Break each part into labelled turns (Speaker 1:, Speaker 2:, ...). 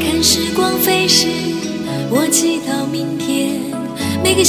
Speaker 1: 看时光飞逝，我祈祷明天每个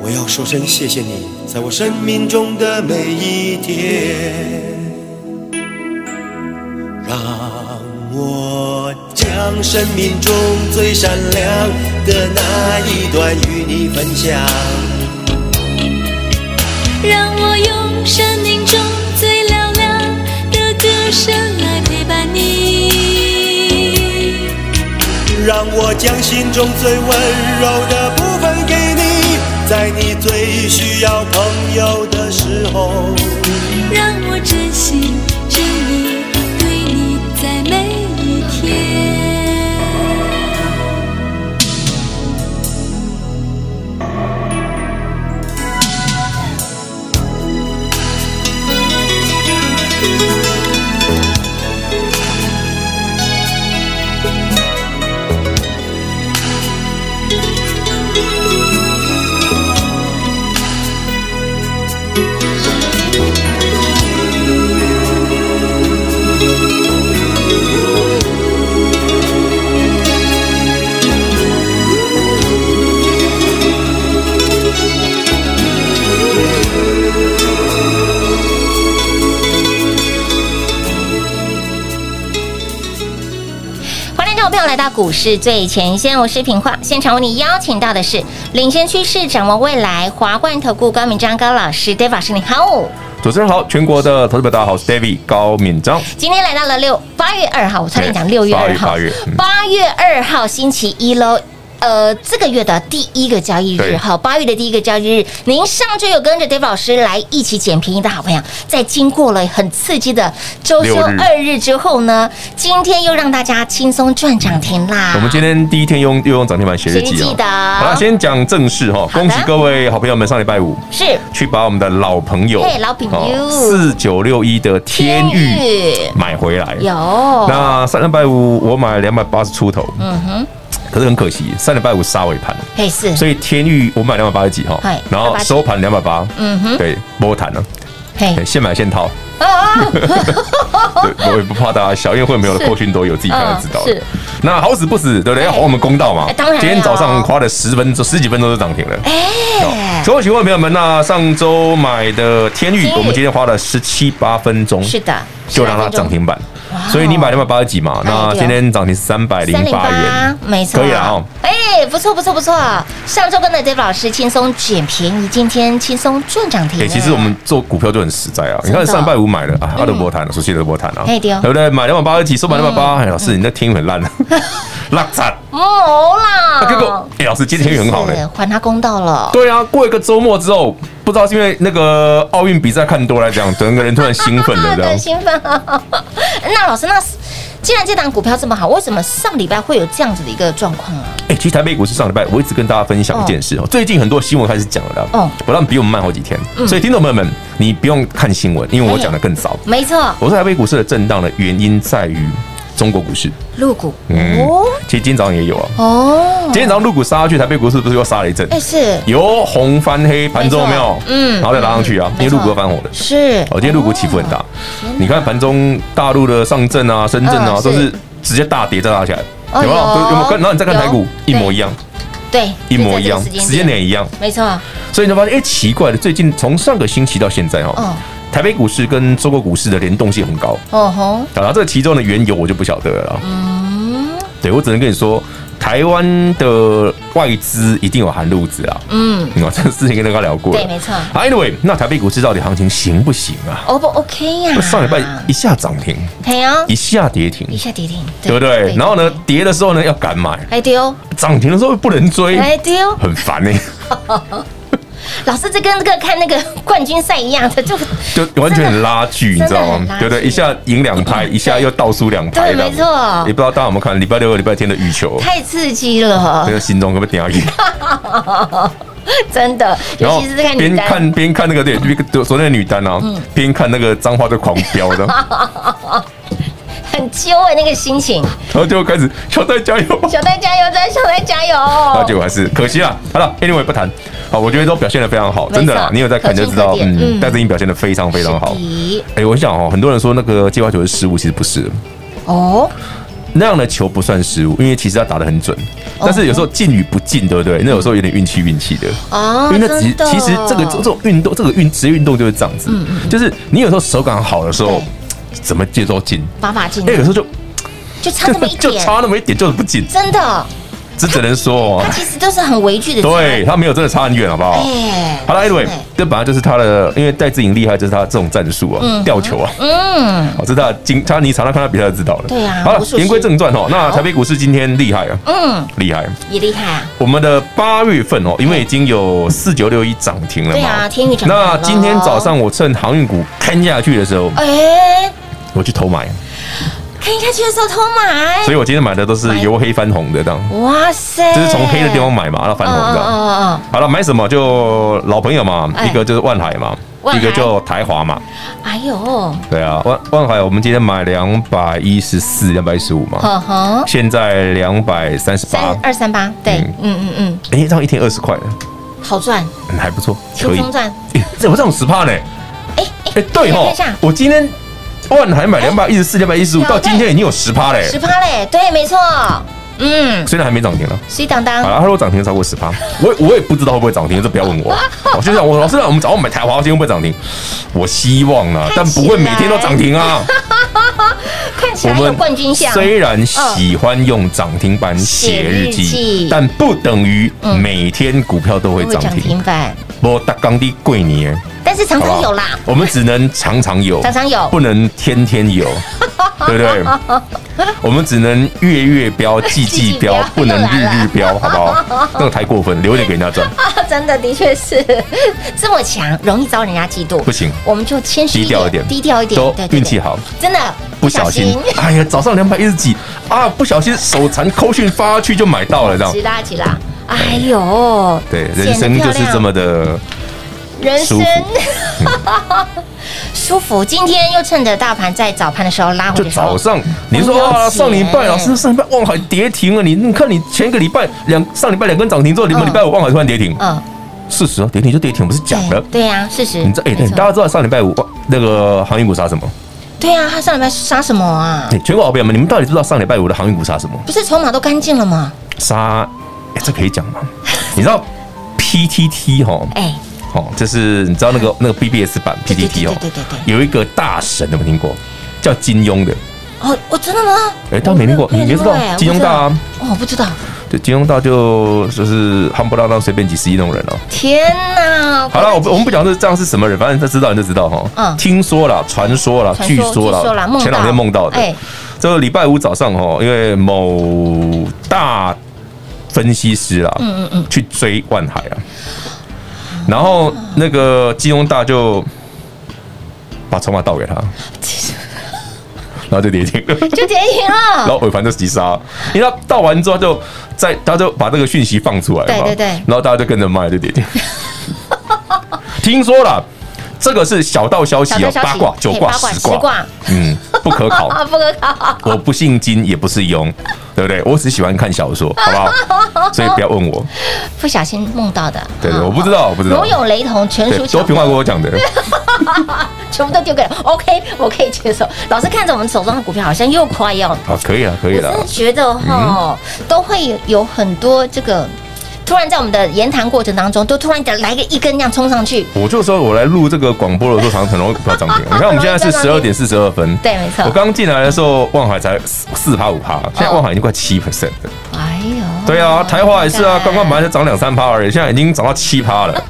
Speaker 2: 我要说声谢谢你，在我生命中的每一天，让我将生命中最闪亮的那一段与你分享。
Speaker 1: 让我用生命中最嘹亮的歌声来陪伴你。
Speaker 2: 让我将心中最温柔的部分给你，在你最需要朋友的时候，
Speaker 1: 让我真心真意对你在每一天。
Speaker 3: 欢迎各位朋友来到股市最前线，我是品化。现场为你邀请到的是领先趋势、掌握未来华冠投顾高敏章高老师，David 老师，你好。
Speaker 4: 主持人好，全国的投资者大家好，我是 David 高敏章。
Speaker 3: 今天来到了六八月二号，我差点讲
Speaker 4: 哎
Speaker 3: 六月二号
Speaker 4: 八月八月嗯，
Speaker 3: 八月二号星期一喽。呃，这个月的第一个交易日，
Speaker 4: 对
Speaker 3: 好，八月的第一个交易日，您上周有跟着 Dave 老师来一起捡便宜的好朋友，在经过了很刺激的周休
Speaker 4: 六日
Speaker 3: 二日之后呢，今天又让大家轻松赚涨停啦。
Speaker 4: 我们今天第一天用又用涨停板写日记
Speaker 3: 写日
Speaker 4: 哦
Speaker 3: 记的
Speaker 4: 好了，先讲正事哈，
Speaker 3: 的
Speaker 4: 恭喜各位好朋友们，上礼拜五
Speaker 3: 是
Speaker 4: 去把我们的老朋友
Speaker 3: 嘿老朋友
Speaker 4: 四九六一的天域买回来。
Speaker 3: 有
Speaker 4: 那上礼拜五我买两百八十出头，
Speaker 3: 嗯哼，
Speaker 4: 可是很可惜，上礼拜五杀尾盘，
Speaker 3: 嘿是，
Speaker 4: 所以天域我买两百八十几哈
Speaker 3: 嗨，
Speaker 4: 然后
Speaker 3: 280
Speaker 4: 收盘两百八，
Speaker 3: 嗯哼，
Speaker 4: 对，波谈了，
Speaker 3: 嘿
Speaker 4: 哎现买现套，
Speaker 3: 啊，
Speaker 4: 对，我也不怕大家，小燕会没有的
Speaker 3: 哦是
Speaker 4: 破讯都有，自己看就知道
Speaker 3: 嗯是
Speaker 4: 了。那好死不死，对不对？要还我们公道嘛
Speaker 3: 哎。当然
Speaker 4: 今天早
Speaker 3: 要
Speaker 4: 上花了十分钟、十几分钟就涨停了。
Speaker 3: 哎，
Speaker 4: 所有喜欢的朋友们，那上周买的天宇
Speaker 3: 天宇，
Speaker 4: 我们今天花了十七八分钟，
Speaker 3: 是的，
Speaker 4: 就让它涨停板。所以你买两百八十几嘛，那
Speaker 3: 哦对哦
Speaker 4: 今天涨停三百零
Speaker 3: 三零
Speaker 4: 八
Speaker 3: 八
Speaker 4: 元，，
Speaker 3: 没错，
Speaker 4: 可以了哦。
Speaker 3: 哎，不错不错不错，上周跟着 Dave 老师轻松捡便宜，今天轻松赚涨停。
Speaker 4: 哎，其实我们做股票就很实在啊。你看
Speaker 3: 嗯真的哦
Speaker 4: 上拜五买的啊，阿德波坦，熟悉的波坦啊，
Speaker 3: 哎对哦
Speaker 4: 对不对？买两百八十几，收买两百八，哎，老师你那天宇很烂，烂惨。
Speaker 3: 嗯哦啦，
Speaker 4: 啊结果哎，老师今天天宇很好呢
Speaker 3: 是。还他公道了。
Speaker 4: 对啊，过一个周末之后，不知道是因为那个奥运比赛看多了，这样整个人突然兴奋 了，这
Speaker 3: 更
Speaker 4: 样。
Speaker 3: 啊兴奋了。那老师，那既然这档股票这么好，为什么上礼拜会有这样子的一个状况啊？
Speaker 4: 哎、其实台北股市上礼拜我一直跟大家分享一件事哦，最近很多新闻开始讲了啦，
Speaker 3: 哦
Speaker 4: 哦，不但比我们慢好几天，
Speaker 3: 嗯
Speaker 4: 所以听众朋友们，你不用看新闻，
Speaker 3: 哎
Speaker 4: 因为我讲的更早。
Speaker 3: 没错，
Speaker 4: 我说台北股市的震荡的原因在于中国股市，
Speaker 3: 入股
Speaker 4: 嗯
Speaker 3: 哦，
Speaker 4: 其实今天早上也有啊，
Speaker 3: 哦
Speaker 4: 今，天早上入股杀下去，台北股市不是又杀了一阵，
Speaker 3: 哎是
Speaker 4: 由红翻黑，盘中有没有
Speaker 3: 没错？嗯
Speaker 4: 然后再拉上去啊，因为入股又翻红了。
Speaker 3: 是，
Speaker 4: 哦，今天入股起伏很大，你看盘中大陆的上证啊、深圳啊
Speaker 3: 嗯，
Speaker 4: 都
Speaker 3: 是
Speaker 4: 是直接大跌再拉起来，
Speaker 3: 哦
Speaker 4: 有没有？
Speaker 3: 有
Speaker 4: 都有没有跟？然后你再看台股
Speaker 3: 有
Speaker 4: 一模一样，
Speaker 3: 对，
Speaker 4: 一模一样，
Speaker 3: 就在这个
Speaker 4: 时间点也一样，
Speaker 3: 没错，
Speaker 4: 所以你就发现，哎，奇怪的，最近从上个星期到现在
Speaker 3: 哦
Speaker 4: 哦，台北股市跟中国股市的联动性很高，
Speaker 3: 哦吼，
Speaker 4: 然后这其中的缘由我就不晓得了啦。对我只能跟你说，台湾的外资一定有含路子啊。
Speaker 3: 嗯，
Speaker 4: 嗯，这个事情跟大家聊过了。
Speaker 3: 对没错
Speaker 4: Anyway，那台北股市到底行情行不行啊？
Speaker 3: ，O 哦不 OK 呀？
Speaker 4: 那上礼拜一下涨停，
Speaker 3: 嘿哦
Speaker 4: 一，下跌停
Speaker 3: 一，下跌停，
Speaker 4: 对不对？然后呢，，跌的时候呢要敢买，
Speaker 3: 哎丢，
Speaker 4: 涨停的时候不能追，
Speaker 3: 哎丢，
Speaker 4: 很烦呢，
Speaker 3: 老师这跟那个看那个 冠军赛一样的，就
Speaker 4: 就完全很拉锯，你
Speaker 3: 真
Speaker 4: 知
Speaker 3: 的
Speaker 4: 道
Speaker 3: 很
Speaker 4: 吗
Speaker 3: 拉？
Speaker 4: 对不对？
Speaker 3: 锯
Speaker 4: 一下赢两拍，一下又倒输两拍，
Speaker 3: 对没
Speaker 4: 这样
Speaker 3: 错
Speaker 4: 也不知道大家有没有看礼拜六和礼拜天的羽球，
Speaker 3: 太刺激了
Speaker 4: 那，个心中可不可以点下去？
Speaker 3: 真的，尤
Speaker 4: 然后
Speaker 3: 其是这个
Speaker 4: 边
Speaker 3: 女单，嗯
Speaker 4: 看边看那个对，边昨天的女单啊，边看那个脏话就狂飙 的，然
Speaker 3: 很揪哎，那个心情。
Speaker 4: 后就开始小戴加油。
Speaker 3: 小戴加油，真的小戴加油！
Speaker 4: 然后结果还是可惜啦。好了，anyway 不谈。好，我觉得都表现的非常好，
Speaker 3: 没错
Speaker 4: 真的啦，你有在看就知
Speaker 3: 可
Speaker 4: 道，
Speaker 3: 圈可点嗯
Speaker 4: 嗯，戴志颖表现的非常非常好
Speaker 3: 是。的
Speaker 4: 哎，我想哦，很多人说那个界外球是失误，其实不是，
Speaker 3: 哦，
Speaker 4: 那样的球不算失误，因为其实他打得很准，但是有时候进与不进，对不对？那有时候有点运气运气的。
Speaker 3: 哦，
Speaker 4: 因为那
Speaker 3: 真
Speaker 4: 其
Speaker 3: 的嗯
Speaker 4: 其实这个这种运动，这个运职业运动就是这样子，就是你有时候手感好的时候，怎么接都进，
Speaker 3: 法法进
Speaker 4: 哎，，有时候就
Speaker 3: 啊就嗯差这么一
Speaker 4: 就就
Speaker 3: 点，
Speaker 4: 差那么一点，就是不进，
Speaker 3: 真的，
Speaker 4: 这只能说哦
Speaker 3: 他，其实都是很微距的，
Speaker 4: 对，他没有真的差很远，好不好？
Speaker 3: 哎，
Speaker 4: 好了，Anyway，
Speaker 3: 真的
Speaker 4: 这本来就是他的，因为戴志颖厉害，就是他这种战术啊，吊球啊，
Speaker 3: 嗯，
Speaker 4: 好，这是他的经，他你常常看他比赛就知道了。
Speaker 3: 对啊
Speaker 4: 好了
Speaker 3: 无数，
Speaker 4: 言归
Speaker 3: 是
Speaker 4: 正传哦，那台北股市今天厉害啊，
Speaker 3: 嗯，
Speaker 4: 厉害！
Speaker 3: 也厉害啊，
Speaker 4: 我们的八月份哦，因为已经有四九六一涨停了
Speaker 3: 嗯对啊，
Speaker 4: 嘛。
Speaker 3: 天宇涨停
Speaker 4: 那
Speaker 3: 了
Speaker 4: 今天早，上我趁航运股看下去的时候，
Speaker 3: 哎，
Speaker 4: 我去偷买，
Speaker 3: 看下去的时候偷买，
Speaker 4: 所以我今天买的都是由黑翻红的，这样，
Speaker 3: 哇塞，
Speaker 4: 就是从黑的地方买嘛，然后翻红
Speaker 3: 嗯
Speaker 4: 的。
Speaker 3: 嗯嗯
Speaker 4: 好了，买什么就老朋友嘛，
Speaker 3: 哎
Speaker 4: 一个就是万海嘛，
Speaker 3: 万
Speaker 4: 一
Speaker 3: 海
Speaker 4: 个就台华嘛，
Speaker 3: 嗯，哎呦，
Speaker 4: 对啊，万万海我们今天买两百一十四、两百一十五嘛，
Speaker 3: 呵呵，
Speaker 4: 现在两百三十八
Speaker 3: 三，二三八，对，
Speaker 4: 嗯
Speaker 3: 嗯嗯嗯，
Speaker 4: 哎，这样一天二十块，
Speaker 3: 好赚，
Speaker 4: 嗯还不错，可
Speaker 3: 轻
Speaker 4: 以。
Speaker 3: 松赚，
Speaker 4: 哎这我这种十帕呢？
Speaker 3: 哎
Speaker 4: 哎，对
Speaker 3: 看
Speaker 4: 吼
Speaker 3: 一下，
Speaker 4: 我今天万海买两百一十四、两百一十五，
Speaker 3: 对
Speaker 4: 到今天已经有十帕嘞，
Speaker 3: 十趴嘞，对，没错，嗯，
Speaker 4: 虽然还没涨停啊了。
Speaker 3: 所以当
Speaker 4: 好
Speaker 3: 当
Speaker 4: 了，它如果涨停超过十趴，我我也不知道会不会涨停，这不要问 我。我就想，我老师让我们早上买台华，今天会不会涨停？我希望啊，但
Speaker 3: 看起
Speaker 4: 不
Speaker 3: 来
Speaker 4: 会每天都涨 停啊。
Speaker 3: 看起
Speaker 4: 我
Speaker 3: 来有
Speaker 4: 们
Speaker 3: 冠军相，
Speaker 4: 虽然喜欢用涨停板
Speaker 3: 嗯写
Speaker 4: 写日
Speaker 3: 日记
Speaker 4: 记，但不等于
Speaker 3: 嗯
Speaker 4: 每天股票都会
Speaker 3: 会
Speaker 4: 涨
Speaker 3: 涨
Speaker 4: 停
Speaker 3: 停。板，
Speaker 4: 我大刚的贵年，
Speaker 3: 但是常
Speaker 4: 好不
Speaker 3: 常
Speaker 4: 好
Speaker 3: 有啦，
Speaker 4: 我们只能常常有，
Speaker 3: 常常有
Speaker 4: 不能天天 有，对不对？我们只能月月标、季
Speaker 3: 季
Speaker 4: 季
Speaker 3: 标
Speaker 4: 标，不能
Speaker 3: 又来
Speaker 4: 日
Speaker 3: 了
Speaker 4: 日标，好 不好？那个太过分，留一点给人家赚，
Speaker 3: 真的的确是这么强，容易招人家嫉妒，
Speaker 4: 不行，
Speaker 3: 我们就谦虚
Speaker 4: 低调一点，
Speaker 3: 低调一点，
Speaker 4: 都
Speaker 3: 对对对
Speaker 4: 运气好。
Speaker 3: 真的
Speaker 4: 不小心，哎呀，早上两百一十几啊，不小心手残扣讯发去就买到了，这样
Speaker 3: 起啦起啦，哎呦，
Speaker 4: 对，
Speaker 3: 显得
Speaker 4: 人生就是这么的
Speaker 3: 漂亮人
Speaker 4: 舒
Speaker 3: 生
Speaker 4: 服
Speaker 3: 舒服。今天又趁着大盘在早盘的时候拉回
Speaker 4: 就
Speaker 3: 的时候
Speaker 4: 早，上，你
Speaker 3: 不
Speaker 4: 说
Speaker 3: 了
Speaker 4: 啊，
Speaker 3: 解
Speaker 4: 上礼拜老师上礼拜望海跌停了，啊你你看你前个礼拜两上礼拜两根涨停之后，你们
Speaker 3: 嗯
Speaker 4: 礼拜五望海突然跌停，
Speaker 3: 嗯，
Speaker 4: 事实啊，跌停就跌停，不是假的
Speaker 3: 对。对呀，事实，
Speaker 4: 你知道哎
Speaker 3: 没，错
Speaker 4: 大家知道上礼拜五那个航运股杀什么？
Speaker 3: 对啊，他上礼拜杀什么啊？
Speaker 4: 哎全国好朋友们，你们到底知不知道上礼拜五的航运股杀什么？
Speaker 3: 不是筹码都干净了吗？
Speaker 4: 杀，哎这可以讲吗？你知道 PTT 哈？
Speaker 3: 哎，
Speaker 4: 哦，就是你知道那个那个 BBS 版
Speaker 3: 对对
Speaker 4: PPT 哦，
Speaker 3: 对对对
Speaker 4: 有一个大神，有没有听过？叫金庸的，
Speaker 3: 哦，我真的吗？
Speaker 4: 哎，大家没听过，
Speaker 3: 我
Speaker 4: 你别知道
Speaker 3: 哎
Speaker 4: 金庸大啊，
Speaker 3: 我不知道哦，我不知道。
Speaker 4: 对，金庸大就就是夯不啷当随便几十亿那种人哦。
Speaker 3: 天哪！
Speaker 4: 好了，我不我们不讲这这样是什么人，反正他知道你就知道哈。
Speaker 3: 嗯
Speaker 4: 听说了，传说了，
Speaker 3: 传
Speaker 4: 据
Speaker 3: 说
Speaker 4: 说
Speaker 3: 据说啦
Speaker 4: 了
Speaker 3: 梦，到
Speaker 4: 前两天梦到的。
Speaker 3: 哎
Speaker 4: 这个礼拜五早上哈，因为某大分析师啊，
Speaker 3: 嗯嗯嗯，
Speaker 4: 去追万海啊，然后那个金庸大就把筹码 倒给他，然后就跌停了，
Speaker 3: 就跌停了。
Speaker 4: 然 后尾盘就急杀，因为他倒完之后就在他就把这个讯息放出来嘛，
Speaker 3: 对对对
Speaker 4: 然后大家就跟着卖就跌停， 听说了。这个是小道消息
Speaker 3: 小
Speaker 4: 哦
Speaker 3: 道消，息
Speaker 4: 八卦、九
Speaker 3: 嘿
Speaker 4: 卦、
Speaker 3: 八卦
Speaker 4: 十
Speaker 3: 十卦
Speaker 4: 卦，嗯，不 可考。
Speaker 3: 啊，不可靠！
Speaker 4: 我不信金，也不是庸，对不对？我只喜欢看小说，好不好？所以不要问我。
Speaker 3: 不小心梦到的。
Speaker 4: 对对，
Speaker 3: 好
Speaker 4: 我不知道，我不知道
Speaker 3: 如。有雷同，全
Speaker 4: 对
Speaker 3: 属，
Speaker 4: 都
Speaker 3: 巧
Speaker 4: 平话
Speaker 3: 合，
Speaker 4: 跟我讲的。
Speaker 3: 全部都丢给我 OK，我可以接受。老师看着我们手中的股票好像又快要，
Speaker 4: 好，可以了，啊可以
Speaker 3: 我
Speaker 4: 了嗯
Speaker 3: 真。的觉得哈，都会有很多这个。突然在我们的言谈过程当中，都突然的来个一根那样冲上去，
Speaker 4: 我就说我来录这个广播的时候，常常很容易股票涨停。你看我们现在是十二点四十二分，
Speaker 3: 对，没错
Speaker 4: 我。刚进来的时候，望海才四趴五趴，现在望海已经快七 percent 了。
Speaker 3: 哎呦，哎
Speaker 4: 对啊，台华也是啊，
Speaker 3: 对
Speaker 4: 刚刚本来才涨两三趴而已，现在已经涨到七趴了。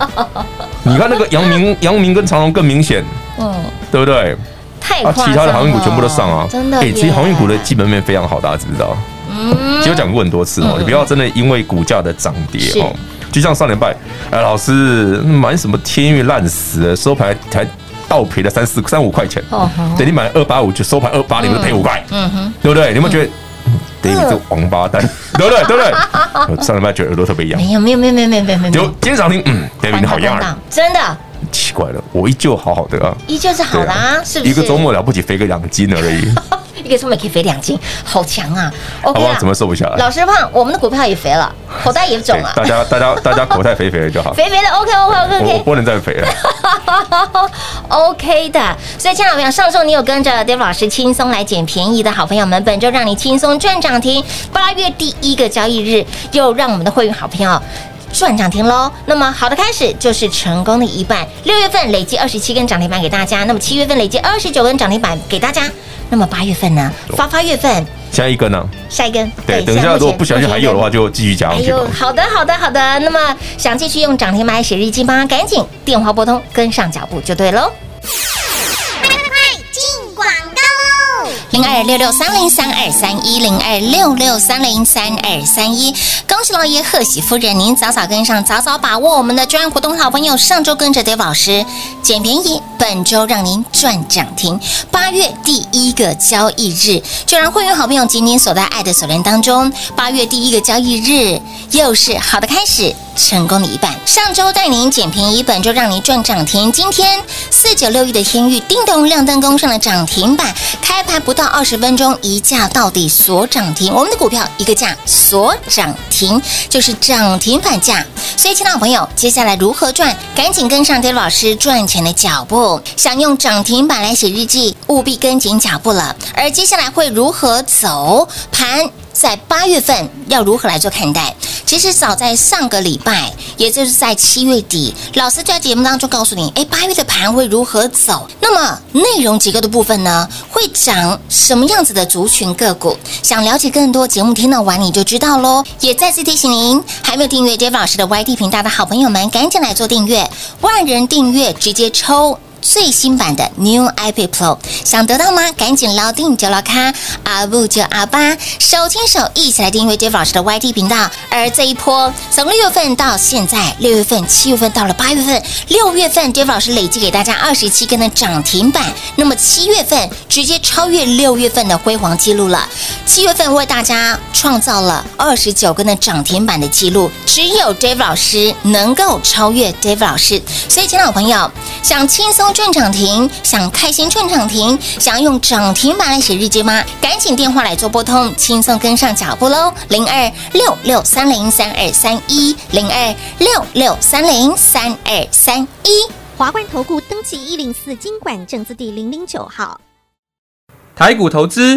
Speaker 4: 你看那个阳明，阳明跟长隆更明显，
Speaker 3: 嗯，
Speaker 4: 对不对？
Speaker 3: 太夸
Speaker 4: 啊，
Speaker 3: 张了
Speaker 4: 其他的航运股全部都上啊，
Speaker 3: 真的
Speaker 4: 哎
Speaker 3: 耶，
Speaker 4: 其实航运股的基本面非常好，大家知道，
Speaker 3: 嗯
Speaker 4: 其实我讲过很多次哦，你不要真的因为股价的涨跌
Speaker 3: 是
Speaker 4: 哦，就像上礼拜，哎，老师买什么天域烂死了，收盘才倒赔了三四三五块钱
Speaker 3: 哦吼，
Speaker 4: 对你买二八五就收盘二八，你们赔五块，
Speaker 3: 嗯哼，
Speaker 4: 对不对？你们觉得？嗯对你这个王 八蛋，对不对？对不对？我上礼拜觉得耳朵特别痒，
Speaker 3: 没有没有没有没有没有没有没有，
Speaker 4: 结果今天涨停，嗯，David 你好样
Speaker 3: 棒
Speaker 4: 啊
Speaker 3: 棒，棒真的
Speaker 4: 奇怪了，我依旧好好的啊，
Speaker 3: 依旧是好的啊，
Speaker 4: 对
Speaker 3: 是不是？啊
Speaker 4: 一个周末了不起飞个两斤而 已，
Speaker 3: 一个周末可以肥两斤，好强啊
Speaker 4: 好
Speaker 3: ！OK
Speaker 4: 不好？
Speaker 3: 啦
Speaker 4: 怎么啊瘦不下来？
Speaker 3: 老师胖，我们的股票也肥了，口袋也肿
Speaker 4: 对，
Speaker 3: 了
Speaker 4: 大，家大家大家口袋肥肥的就好。
Speaker 3: 啊 肥肥的 OK OK
Speaker 4: 我我
Speaker 3: OK
Speaker 4: 不能再肥了，哦
Speaker 3: OK OK 的。所以，亲爱的朋友，上周你有跟着 Dave 老师轻松来捡便宜的好朋友们，本周让你轻松赚涨停。八月第一个交易日，又让我们的会员好朋友。赚涨停喽！那么好的开始就是成功的一半。六月份累计二十七根涨停板给大家，那么七月份累计二十九根涨停板给大家。那么八月份呢？发发月份
Speaker 4: 现在一根呢？
Speaker 3: 下一根。
Speaker 4: 对，等一
Speaker 3: 现在
Speaker 4: 下
Speaker 3: 目
Speaker 4: 如果
Speaker 3: 前
Speaker 4: 不小心还有的话，就继续加
Speaker 3: 哎
Speaker 4: 上去吧
Speaker 3: 呦，。好的，好的，好的。那么想继续用涨停板写日记吗？赶紧电话拨通，跟上脚步就对喽。零二六六三零三二三一零二六六三零三二三一，恭喜老爷，贺喜夫人，您早早跟上，早早把握我们的专案活动。好朋友，上周跟着 Dave 老师捡便宜，本周让您赚涨停。八月第一个交易日，就让会员好朋友及您所在爱的锁链当中，八月第一个交易日又是好的开始。成功的一半。上周带您捡便宜，本周让您赚涨停。今天四九六一的天域叮咚亮灯攻上了涨停板，开盘不到二十分钟，一价到底锁涨停。我们的股票一个价锁涨停，就是涨停板价。所以，亲爱的朋友，接下来如何赚？赶紧跟上 d a 老师赚钱的脚步。想用涨停板来写日记，务必跟紧脚步了。而接下来会如何走盘？在八月份要如何来做看待？其实早在上个礼拜，也就是在七月底，老师在节目当中告诉你，哎，八月的盘会如何走？那么内容结构的部分呢，会涨什么样子的族群个股？想了解更多，节目听到完你就知道喽。也再次提醒您，还没有订阅 Dave 老师的 YT 频道的好朋友们，赶紧来做订阅，万人订阅直接抽。最新版的 New iPad Pro，想得到吗？赶紧捞定九捞咖，阿布就阿巴，手牵手一起来订阅 Dave 老师的 YT 频道。而这一波从六月份到现在，六月份、七月份到了八月份，六月份 Dave 老师累计给大家二十七根的涨停板，那么七月份直接超越六月份的辉煌记录了。七月份为大家创造了二十九根的涨停板的记录，只有 Dave 老师能够超越 Dave 老师。所以，亲爱的朋友，想轻松赚涨停，想开心赚涨停，想用涨停板来写日记吗？赶紧电话来做拨通，轻松跟上脚步喽！零二六六三零三二三一零二六六三零三二三一。
Speaker 5: 华冠投顾登记一零四经管证字第零零九号。
Speaker 6: 台股投资，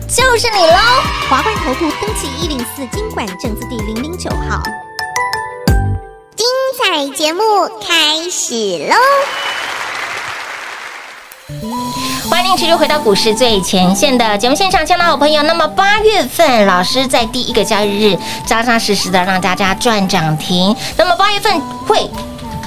Speaker 3: 就是你喽！
Speaker 5: 华冠投顾登记一零四经管证字第零零九号。精彩节目开始喽！
Speaker 3: 欢欢迎持续回到股市最前线的节目现场，亲爱的好朋友。那么八月份，老师在第一个交易日扎扎实实的让大家赚涨停。那么八月份会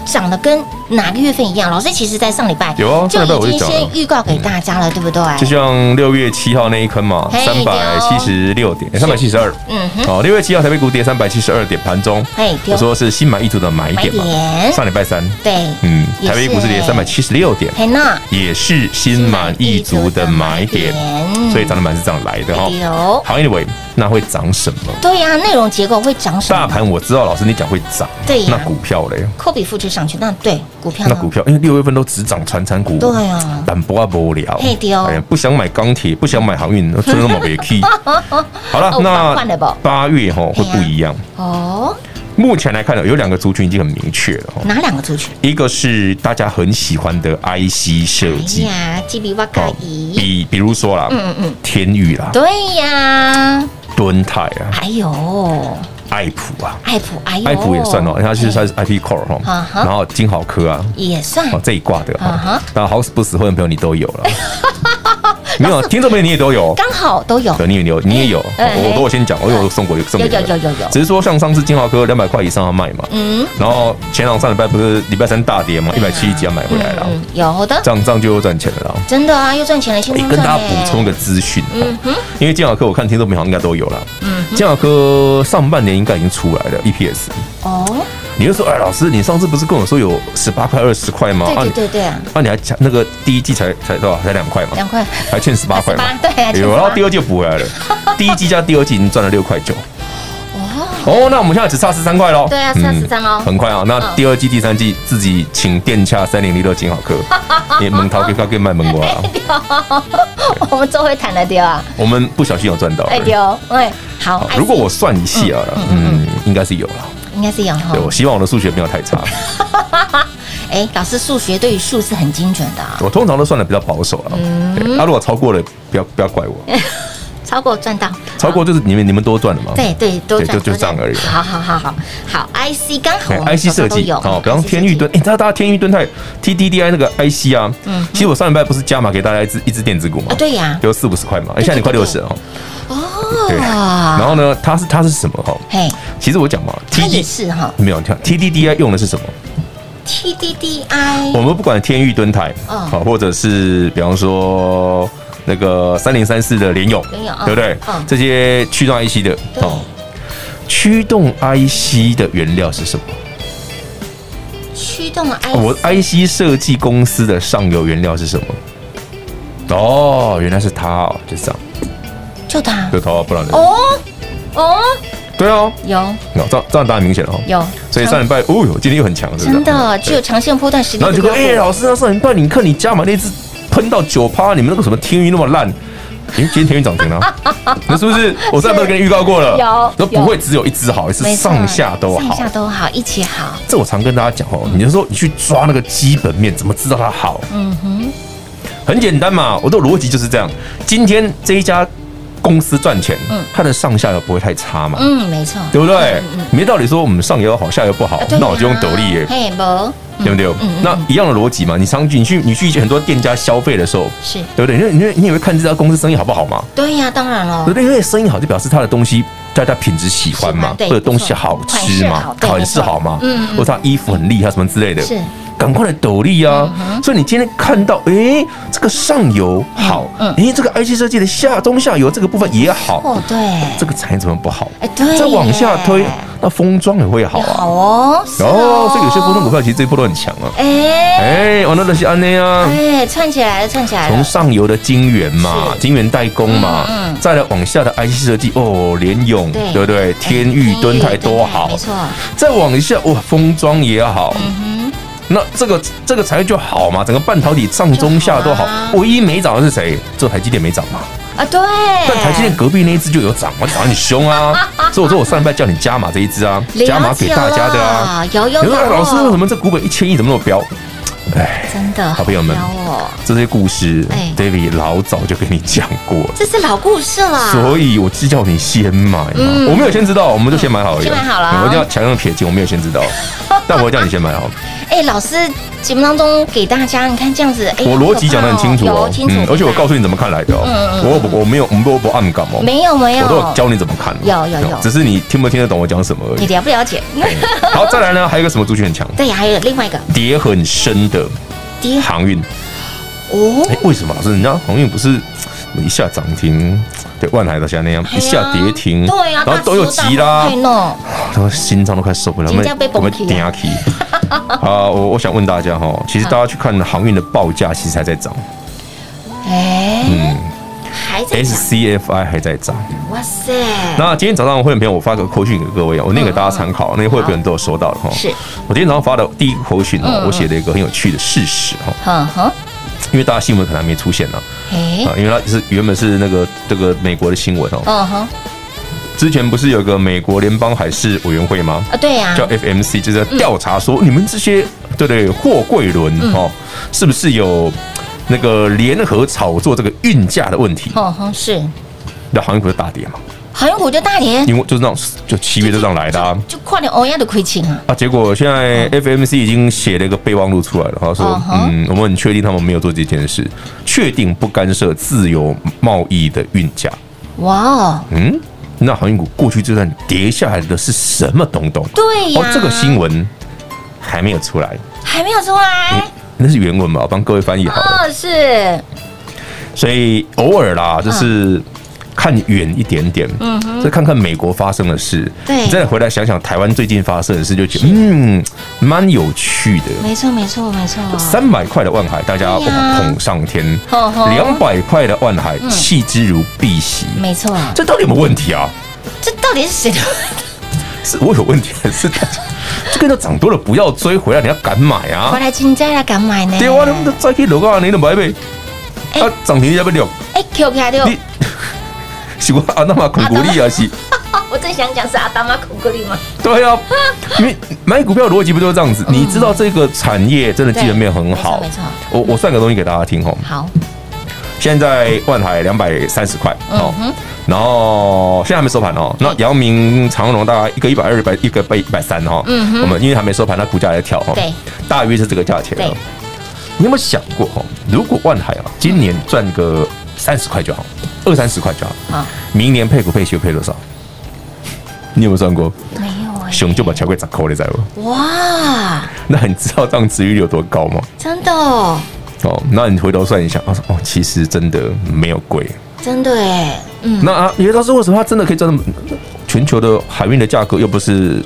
Speaker 3: 涨得跟哪个月份一样？老师其实在上礼拜
Speaker 4: 有啊
Speaker 3: 就
Speaker 4: 上礼拜我就
Speaker 3: 已经
Speaker 4: 讲了
Speaker 3: 先预告给大家了，对不对？
Speaker 4: 就像六月七号那一坑嘛，
Speaker 3: 嘿哦
Speaker 4: 三百七十六点，三百七十二。
Speaker 3: 嗯哼，
Speaker 4: 哦，六月七号台北股跌三百七十二点，盘中
Speaker 3: 嘿对
Speaker 4: 我说是心满意足的买点嘛
Speaker 3: 买点，
Speaker 4: 上礼拜三，
Speaker 3: 对，
Speaker 4: 嗯，
Speaker 3: 也
Speaker 4: 台北股市跌三百七十六点，
Speaker 3: 嘿娜，
Speaker 4: 也是心满意足的买点
Speaker 3: 心满意足的买点，
Speaker 4: 所以涨得蛮是这样来的哈
Speaker 3: 哎呦。
Speaker 4: 好，anyway，那会涨什么？
Speaker 3: 对呀、内容结构会涨什么？
Speaker 4: 大盘我知道，老师你讲会涨，
Speaker 3: 对呀
Speaker 4: 那股票嘞？
Speaker 3: 扣比复制上去，那对股票
Speaker 4: 那
Speaker 3: 呢？
Speaker 4: 股票，因为六月份都只涨传产股，
Speaker 3: 嗯对啊
Speaker 4: 淡薄啊无聊，
Speaker 3: 嘿对哦
Speaker 4: 哎呀不想买钢铁，不想买航运，真的那么别 key。好了
Speaker 3: 哦，换换了
Speaker 4: 那
Speaker 3: 不啊
Speaker 4: 八月哈会不一样。
Speaker 3: 哦，
Speaker 4: 目前来看呢，有两个族群已经很明确了哈，
Speaker 3: 哪两个族群？
Speaker 4: 一个是大家很喜欢的 IC 设计
Speaker 3: 哎，呀，基比瓦卡
Speaker 4: 哦
Speaker 3: 伊，
Speaker 4: 比比如说啦，
Speaker 3: 嗯嗯嗯，
Speaker 4: 天宇啦，
Speaker 3: 对呀，
Speaker 4: 敦泰啊，
Speaker 3: 还有
Speaker 4: 爱普啊，
Speaker 3: 爱普，哎呦，
Speaker 4: 爱普也算哦，因为它其实它是 IP Core
Speaker 3: 啊
Speaker 4: 哈，
Speaker 3: 哈
Speaker 4: 然后金豪科啊，
Speaker 3: 也算
Speaker 4: 哦，这一挂的
Speaker 3: 啊
Speaker 4: 哈
Speaker 3: 哈，
Speaker 4: 然后好死不死，会员朋友你都有 了，没有啊听众朋友你也都有。
Speaker 3: 刚好都有，
Speaker 4: 对，你也有，你也有，
Speaker 3: 哎哎
Speaker 4: 我都有先讲，我有送过，有送给你的
Speaker 3: 有有有有有
Speaker 4: 只是说像上次金豪科两百块以上要卖嘛，
Speaker 3: 嗯，
Speaker 4: 然后前两上礼拜不是礼拜三大跌嘛，一百七十几要啊买回来了，
Speaker 3: 嗯，有的，
Speaker 4: 这样这样就又赚钱了啦。
Speaker 3: 真的啊，又赚钱了，新
Speaker 4: 哎
Speaker 3: 增
Speaker 4: 跟大家
Speaker 3: 赚
Speaker 4: 补
Speaker 3: 嘞
Speaker 4: 充个，资讯，嗯因为金豪科我看听众朋友应该都有了，嗯，金豪科上半年应该已经出来了 EPS，
Speaker 3: 哦，
Speaker 4: 你就说，哎，老师，你上次不是跟我说有十八块、二十块吗？
Speaker 3: 对
Speaker 4: 啊
Speaker 3: 对
Speaker 4: 你
Speaker 3: 对对啊，
Speaker 4: 啊，你还讲那个第一季才才多少？才两块嘛，
Speaker 3: 两块，
Speaker 4: 还欠十八块嘛哎
Speaker 3: 18，对啊还欠
Speaker 4: 有，然后
Speaker 3: 18
Speaker 4: 第二季就补回来了，第一季加第二季已经赚了六块九。哦，那我们现在只差十三块喽。
Speaker 3: 对啊
Speaker 4: 嗯
Speaker 3: 差13哦
Speaker 4: 很快啊。那第二季、第三季自己请店洽三零零六金好 客，也蒙桃给他给卖蒙瓜 啊。
Speaker 3: 我们周会谈了丢啊，
Speaker 4: 我们不小心有赚到。
Speaker 3: 哎丢，哎，好
Speaker 4: 好，
Speaker 3: 爱
Speaker 4: 如果
Speaker 3: 死
Speaker 4: 我算一下啊，哦嗯，哦应该是有了。
Speaker 3: 应该是有哦哈
Speaker 4: 对，，我希望我的数学没有太差。
Speaker 3: 哎，老师数学对于数是很精准的啊，
Speaker 4: 我通常都算的比较保守了。啊对，那如果超过了，不要不要怪我。
Speaker 3: 超过赚到，
Speaker 4: 超过就是你们你们多赚了嘛？
Speaker 3: 对对，都
Speaker 4: 对
Speaker 3: 赚，
Speaker 4: 就就
Speaker 3: 都赚
Speaker 4: 这样而已
Speaker 3: 好好好好好，IC 刚好
Speaker 4: 哎
Speaker 3: 我们手
Speaker 4: IC
Speaker 3: 上
Speaker 4: 设
Speaker 3: 都
Speaker 4: 计
Speaker 3: 有
Speaker 4: 哦，比方
Speaker 3: IC
Speaker 4: 天域
Speaker 3: 设计
Speaker 4: 盾，哎，大家大家天域盾泰 TDDI 那个 IC 啊，其实我上礼拜不是加码给大家一只一只电子股嘛
Speaker 3: 啊，，嗯对呀，
Speaker 4: 有四五十块嘛，哎，现在你快
Speaker 3: 对
Speaker 4: 六
Speaker 3: 对
Speaker 4: 十
Speaker 3: 对
Speaker 4: 哦，对。
Speaker 3: 哦，
Speaker 4: 然后呢，它是它是什么哈？
Speaker 3: 嘿，
Speaker 4: 其实我讲嘛
Speaker 3: 它也
Speaker 4: ，TD
Speaker 3: 是哈
Speaker 4: 没有你看 TDDI 用的是什么？我
Speaker 3: ，TDDI
Speaker 4: 们不管天域盾泰，
Speaker 3: 嗯
Speaker 4: 好，或者是比方说那个三零三四的联勇，
Speaker 3: 联咏嗯
Speaker 4: 对不对
Speaker 3: 嗯？
Speaker 4: 这些驱动 IC 的哦
Speaker 3: 对，
Speaker 4: 驱动 IC 的原料是什么？
Speaker 3: 驱动的 IC，
Speaker 4: 我哎 IC 设计公司的上游原料是什么？哦，原来是它哦，就这样，
Speaker 3: 就它
Speaker 4: 就它，不然呢
Speaker 3: 哦哦，
Speaker 4: 对哦，
Speaker 3: 有
Speaker 4: 那这样这样当然明显了哦。
Speaker 3: 有，
Speaker 4: 所以上礼拜，哦哟，今天又很强，是不
Speaker 3: 真
Speaker 4: 是
Speaker 3: 的具有长线波段实力
Speaker 4: 然
Speaker 3: 的
Speaker 4: 后
Speaker 3: 个
Speaker 4: 就
Speaker 3: 股，
Speaker 4: 说，哎，老师，那上礼拜你看你加码那只喷到九趴，你们那个什么天宇那么烂。诶今天天宇涨 停了，那是不是？我上礼拜跟你预告过了，
Speaker 3: 有
Speaker 4: 那不会只有一只好，是
Speaker 3: 没错
Speaker 4: 上下都
Speaker 3: 上
Speaker 4: 好
Speaker 3: 下。都好，一起好，
Speaker 4: 这我常跟大家讲哦，你就说你去抓那个基本面，怎么知道它好？
Speaker 3: 嗯哼，
Speaker 4: 很简单嘛，我的逻辑就是这样。今天这一家公司赚钱，它的上下游不会太差嘛，
Speaker 3: 嗯，没错，
Speaker 4: 对不对？没道理说我们上游好，下游不好
Speaker 3: 啊对，呀
Speaker 4: 那我就用斗笠耶，
Speaker 3: 嘿，嗯不
Speaker 4: 对不对？那一样的逻辑嘛，你常去你去你去很多店家消费的时候，
Speaker 3: 是，
Speaker 4: 对不对？你你你也会看这家公司生意好不好嘛？
Speaker 3: 对呀，当然
Speaker 4: 对
Speaker 3: 喽
Speaker 4: 不，对？因为生意好就表示它的东西。大家品质喜欢
Speaker 3: 喜
Speaker 4: 嘛
Speaker 3: 欢，嗯对
Speaker 4: 或者东西好吃嘛
Speaker 3: 不，错款
Speaker 4: 款
Speaker 3: 式
Speaker 4: 式
Speaker 3: 好
Speaker 4: 好
Speaker 3: 对
Speaker 4: 嘛，
Speaker 3: 没错嗯嗯
Speaker 4: 或者他衣服很厉害什么之类的，
Speaker 3: 是
Speaker 4: 赶快来斗笠啊！
Speaker 3: 嗯
Speaker 4: 所以你今天看到，诶，这个上游好，
Speaker 3: 嗯
Speaker 4: 诶，这个 IC 设计的下中下游这个部分也好，
Speaker 3: 哦，对，
Speaker 4: 这个产业怎么不好？
Speaker 3: 哎，对，
Speaker 4: 再往下推，那封装也会好啊
Speaker 3: 好。哦，是
Speaker 4: 哦，所以有些封装股票其实这一波都很强啊。
Speaker 3: 哎
Speaker 4: 哎，我那的是安内啊。
Speaker 3: 哎，串起来了，串起来
Speaker 4: 从
Speaker 3: 了，
Speaker 4: 上游的晶圆嘛，晶圆代工嘛，
Speaker 3: 嗯嗯
Speaker 4: 再来往下的 IC 设计，哦，联咏，
Speaker 3: 对哎
Speaker 4: 对不对？天域、敦泰多好
Speaker 3: 没，错，啊
Speaker 4: 再往下，哇，封装也好，
Speaker 3: 嗯
Speaker 4: 那这个这个产业就好嘛，整个半导体上中下都
Speaker 3: 就好
Speaker 4: 好
Speaker 3: 啊。
Speaker 4: 唯一没涨的是谁？只有台积电没涨嘛。
Speaker 3: 啊，对，
Speaker 4: 但台积电隔壁那一只就有涨，我涨得很凶 啊。所以我说我上礼拜叫你加码这一只啊
Speaker 3: 了解，了
Speaker 4: 加码给大家的啊。
Speaker 3: 有有
Speaker 4: 你
Speaker 3: 有，
Speaker 4: 说哎老师，为什么这股本一千亿怎么那么彪？哎，
Speaker 3: 真的
Speaker 4: 好朋友们
Speaker 3: 好撩哦，
Speaker 4: 这些故事
Speaker 3: 哎
Speaker 4: ，David 老早就跟你讲过了，
Speaker 3: 这是老故事啦。
Speaker 4: 所以我是叫你先买嘛。
Speaker 3: 嗯
Speaker 4: 我没有先知道，我们就先买好了。啊
Speaker 3: 先买好了
Speaker 4: 我一定要强硬撇清，我没有先知道，但我会叫你先买好。
Speaker 3: 哎，老师节目当中给大家，你看这样子，哎
Speaker 4: 我逻辑讲得很清楚
Speaker 3: 有
Speaker 4: 哦，
Speaker 3: 清楚。嗯
Speaker 4: 而且我告诉你怎么看来的哦。我不，我没有，我们不不暗感哦，
Speaker 3: 没有没有，
Speaker 4: 我都有教你怎么看哦。
Speaker 3: 有有有
Speaker 4: 只是你听不听得懂我讲什么而
Speaker 3: 你
Speaker 4: 已。
Speaker 3: 了不了解？
Speaker 4: 哎好，再来呢，还有一个什么族群很强，
Speaker 3: 对呀，还有另外一个
Speaker 4: 跌很深的
Speaker 3: 跌
Speaker 4: 航运。
Speaker 3: 哦
Speaker 4: 哎，，为什么老师？人家航运不是一下涨停，对，万海到现在那样，一下跌停，
Speaker 3: 哎对啊呀，
Speaker 4: 然后都有急啦，
Speaker 3: 弄
Speaker 4: 他们心脏都快受不了，
Speaker 3: 真的被崩起
Speaker 4: 顶 下去。啊，我我想问大家哈，其实大家去看航运的报价，其实还在涨
Speaker 3: 哎，还在讲，
Speaker 4: ，SCFI 还在涨。
Speaker 3: 哇塞，
Speaker 4: 哎 那今天早上会员朋友，我发个口讯给各位哦，我念给大家参考，那些会员朋友都有收到的哈。
Speaker 3: 是，
Speaker 4: 我今天早上发的第一个口讯
Speaker 3: 嗯
Speaker 4: 哦
Speaker 3: 嗯，
Speaker 4: 我写了一个很有趣的事实
Speaker 3: 哼
Speaker 4: 哈，
Speaker 3: 哼，
Speaker 4: 因为大家新闻可能还没出现呢，
Speaker 3: 哎，
Speaker 4: 啊，因为它是原本是那个这个美国的新闻哦，
Speaker 3: 嗯哼，
Speaker 4: 之前不是有个美国联邦海事委员会吗？
Speaker 3: 啊，对呀，
Speaker 4: 叫 FMC，就是要调查说
Speaker 3: 嗯
Speaker 4: 你们这些对对货柜轮哦，是不是有那个联合炒作这个运价的问题？
Speaker 3: 哼哼，哦是
Speaker 4: 那航运股就大跌嘛，
Speaker 3: 航运股就大跌，
Speaker 4: 因为就是那种就七月就这样来的啊。
Speaker 3: 就快点欧亚的亏钱啊，
Speaker 4: 啊，结果现在 FMC 已经写了一个备忘录出来了，他说
Speaker 3: 嗯：“哼
Speaker 4: 嗯，我们很确定他们没有做这件事，确定不干涉自由贸易的运价。
Speaker 3: 哇哦，”
Speaker 4: 嗯，那航运股过去这段跌下来的是什么东东？
Speaker 3: 对哎呀
Speaker 4: 哦，，这个新闻还没有出来，
Speaker 3: 还没有出来，
Speaker 4: 那是原文吧？我帮各位翻译好了。
Speaker 3: 哦，是，
Speaker 4: 所以偶尔啦，就是
Speaker 3: 嗯
Speaker 4: 看远一点点，嗯，再看看美国发生的事，
Speaker 3: 对
Speaker 4: 你再回来想想台湾最近发生的事，就觉得嗯，蛮有趣的。
Speaker 3: 没错没错没错，
Speaker 4: 三百块的万海，大家
Speaker 3: 对啊哎呀哦嗯
Speaker 4: 哇捧上天；
Speaker 3: 吼吼
Speaker 4: 两百块的万海，弃之如敝屣。
Speaker 3: 没错，
Speaker 4: 这到底有没有问题啊？
Speaker 3: 这到底是谁的？
Speaker 4: 是我有问题，还是大 家这个都涨多了，不要追回来，你要敢买
Speaker 3: 回
Speaker 4: 啊！
Speaker 3: 来亲家来敢买呢？
Speaker 4: 对啊，你们都再去楼高，你都买呗。
Speaker 3: 哎
Speaker 4: 啊，涨停要不了，
Speaker 3: 哎，Q 起来就，
Speaker 4: 你是我啊，那么恐怖力 啊是。
Speaker 3: 哦我最想讲是阿达玛孔格里吗？
Speaker 4: 对啊，因为买股票逻辑不就是这样子？你知道这个产业真的基本面很好
Speaker 3: 嗯对没错没错。
Speaker 4: 我我算个东西给大家听哦，
Speaker 3: 好，
Speaker 4: 现在万海两百三十块
Speaker 3: 嗯
Speaker 4: 哦
Speaker 3: 哼，嗯
Speaker 4: 然后现在还没收盘哦。那阳明、长荣大概一个一百二、一百一个被一百三哈。
Speaker 3: 嗯哼
Speaker 4: 我们因为还没收盘，它股价还在跳哈。哦
Speaker 3: 对，
Speaker 4: 大约是这个价钱。
Speaker 3: 对
Speaker 4: 哦。你有没有想过哈？如果万海啊，今年赚个三十块就好，二三十块就好，
Speaker 3: 好，
Speaker 4: 明年配股配息配多少？你有没有算过？
Speaker 3: 没有哎，
Speaker 4: 熊就把桥给砸扣了，在不？
Speaker 3: 哇，
Speaker 4: 那你知道这样值率有多高吗？
Speaker 3: 真的哦，
Speaker 4: 哦，那你回头算一下，哦哦，其实真的没有贵。
Speaker 3: 真的哎，嗯，
Speaker 4: 那啊，也就是为什么它真的可以赚那么？全球的海运的价格又不是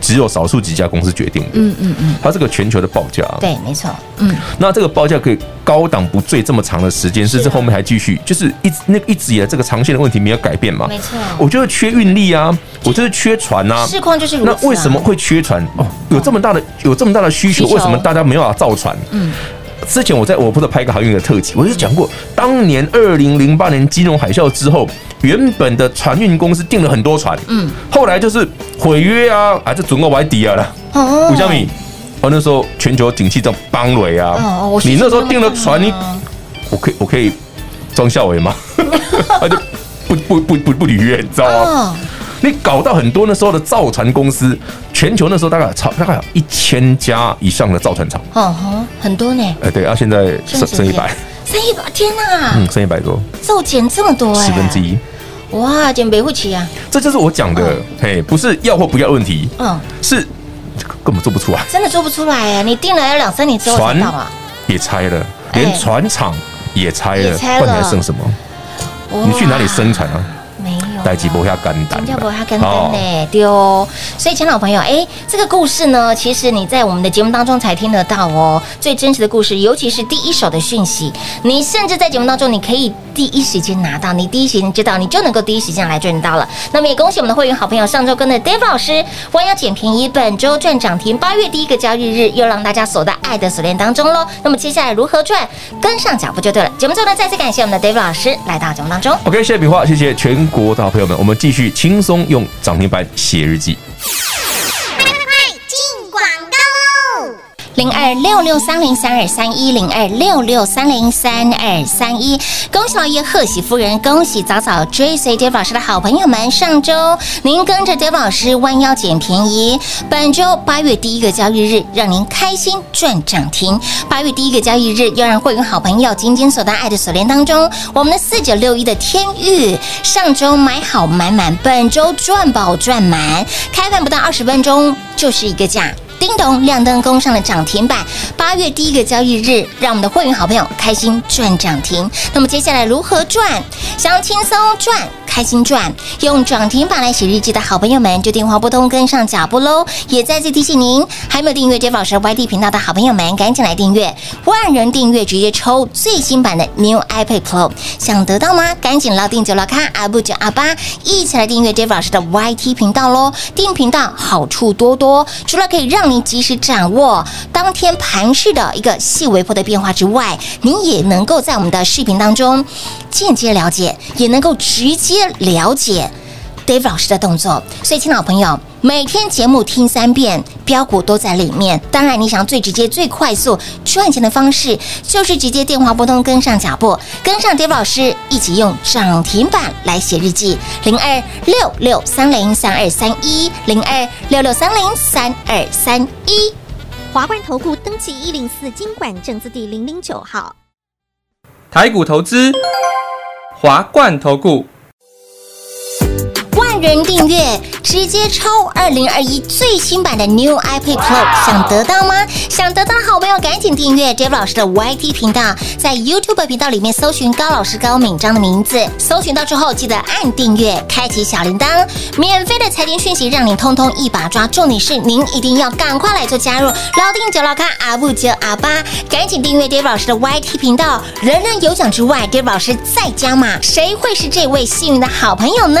Speaker 4: 只有少数几家公司决定的，
Speaker 3: 嗯嗯嗯，
Speaker 4: 它这个全球的报价，，
Speaker 3: 对，没错，嗯，
Speaker 4: 那这个报价可以高档不坠这么长的时间，甚至后面还继续，就是一直那一直以来这个长线的问题没有改变嘛。
Speaker 3: 没错，
Speaker 4: 我就是缺运力啊，我就是缺船啊，
Speaker 3: 市况就是如此
Speaker 4: 那
Speaker 3: 啊。
Speaker 4: 为什么会缺船？哦，有这么大的有这么大的需求，
Speaker 3: 需求
Speaker 4: 为什么大家没办法造船？嗯。之前我在我不是拍一个航运的特辑，我就讲过，当年二零零八年金融海啸之后，原本的船运公司订了很多船，嗯，后来就是毁约啊，啊，这总共玩底啊了，
Speaker 3: 哦
Speaker 4: 吴小米，哦，那时候全球景气这样帮雷啊，
Speaker 3: 哦我是
Speaker 4: 你那时候订了船，
Speaker 3: 这
Speaker 4: 你
Speaker 3: 样啊
Speaker 4: 我可以我可以装孝 伟吗？他就不不不不不履约，你知道吗？
Speaker 3: 哦，
Speaker 4: 你搞到很多那时候的造船公司，全球那时候大概有超大概有一千家以上的造船厂，
Speaker 3: 哦吼，很多呢，
Speaker 4: 哎、对，啊，现在
Speaker 3: 剩
Speaker 4: 剩剩一百，
Speaker 3: 剩一百，天哪，
Speaker 4: 嗯，剩一百多，
Speaker 3: 骤减这么多哎，
Speaker 4: 十分之，一，
Speaker 3: 哇，减赔不起啊，
Speaker 4: 这就是我讲的，嘿，不是要或不要的问题，
Speaker 3: 嗯，
Speaker 4: 是这个根本做不出来，
Speaker 3: 真的做不出来哎，你定了要两三年之后才
Speaker 4: 船
Speaker 3: 到啊，
Speaker 4: 也拆了，
Speaker 3: 哎
Speaker 4: 连船厂也拆
Speaker 3: 也
Speaker 4: 了，
Speaker 3: 拆
Speaker 4: 换
Speaker 3: 了
Speaker 4: 还剩什么？
Speaker 3: 哇
Speaker 4: 你去哪里生产啊？
Speaker 3: 没有啊，
Speaker 4: 代志不下干单
Speaker 3: 人
Speaker 4: 啦，
Speaker 3: 家不会他跟单
Speaker 4: 哦
Speaker 3: 呢，丢、所以，亲老朋友，哎，这个故事呢，其实你在我们的节目当中才听得到哦，最真实的故事，尤其是第一手的讯息，你甚至在节目当中，你可以第一时间拿到，你第一时间知道，你就能够第一时间来赚到了。那么也恭喜我们的会员好朋友，上周跟的 Dave 老师，弯腰捡便宜，本周赚涨停，八月第一个交易日又让大家锁到爱的锁链当中喽。那么接下来如何赚，跟上脚步就对了。节目最后呢，再次感谢我们的 Dave 老师来到节目当中。
Speaker 4: OK，谢谢笔画，谢谢全国的好朋友们，我们继续轻松用涨停板写日记。
Speaker 7: 进广告喽！
Speaker 3: 零二二六六三零三二三一零二六六三零三二三一。恭喜老爷，贺喜夫人，恭喜早早追随 Dave 老师的好朋友们。上周您跟着 Dave 老师弯腰捡便宜，本周八月第一个交易日让您开心赚涨停。八月第一个交易日要让会员好朋友紧紧锁在爱的锁链当中。我们的四九六一的天域，上周买好满满，本周赚宝赚满，开盘不到二十分钟就是一个价。叮咚，亮灯攻上了涨停板。八月第一个交易日，让我们的会员好朋友开心赚涨停。那么接下来如何赚？想要轻松赚、开心赚，用涨停板来写日记的好朋友们，就电话拨通跟上脚步喽。也再次提醒您，还没有订阅 Jeff 老师 YT 频道的好朋友们，赶紧来订阅，万人订阅直接抽最新版的 New iPad Pro。想得到吗？赶紧捞定九捞咖，阿布九阿八，一起来订阅 Jeff 老师的 YT 频道喽。订频道好处多多，除了可以让你及时掌握当天盘势的一个细微波的变化之外，你也能够在我们的视频当中间接了解，也能够直接了解。Dave 老师的动作。所以，亲老朋友，每天节目听三遍，标股都在里面。当然，你想最直接、最快速赚钱的方式，就是直接电话拨通，跟上脚步，跟上 Dave 老师，一起用涨停板来写日记。零二六六三零三二三一，零二六六三零三二三一。
Speaker 5: 华冠投顾登记一零四经管证字第零零九号。
Speaker 6: 台股投资，华冠投顾。
Speaker 3: 万人订阅，直接抽二零二一最新版的 New iPad Pro，想得到吗？想得到的好朋友赶紧订阅 Dave 老师的 YT 频道，在 YouTube 频道里面搜寻高老师高敏章的名字，搜寻到之后记得按订阅，开启小铃铛，免费的财经讯息让你通通一把抓。重点是您一定要赶快来做加入，老定九老咖阿布九阿八，赶紧订阅 Dave 老师的 YT 频道，人人有奖之外，Dave 老师再加码，谁会是这位幸运的好朋友呢？